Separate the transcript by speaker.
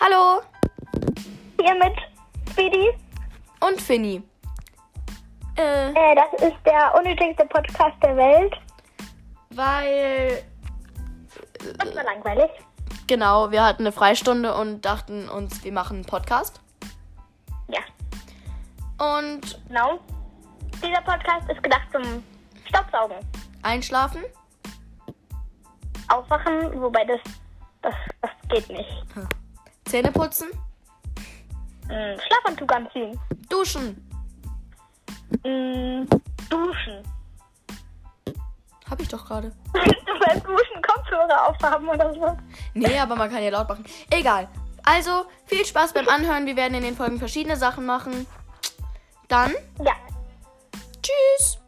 Speaker 1: Hallo
Speaker 2: Hier mit Speedy.
Speaker 1: und Finny. Äh,
Speaker 2: Äh, das ist der unnötigste Podcast der Welt.
Speaker 1: weil,
Speaker 2: Das war langweilig.
Speaker 1: genau, wir hatten eine Freistunde und dachten uns, wir machen einen Podcast.
Speaker 2: Ja,
Speaker 1: Und
Speaker 2: genau. Dieser Podcast ist gedacht zum Staubsaugen.
Speaker 1: einschlafen?
Speaker 2: Aufwachen, wobei das, das, das geht nicht.
Speaker 1: Zähne putzen?
Speaker 2: Mm, Schlafanzug anziehen.
Speaker 1: Duschen?
Speaker 2: Mm, duschen.
Speaker 1: Hab ich doch gerade.
Speaker 2: Beim Duschen Kopfhörer aufhaben oder so.
Speaker 1: Nee, aber man kann ja laut machen. Egal. Also, viel Spaß beim Anhören. Wir werden in den Folgen verschiedene Sachen machen. Dann,
Speaker 2: Ja.
Speaker 1: tschüss.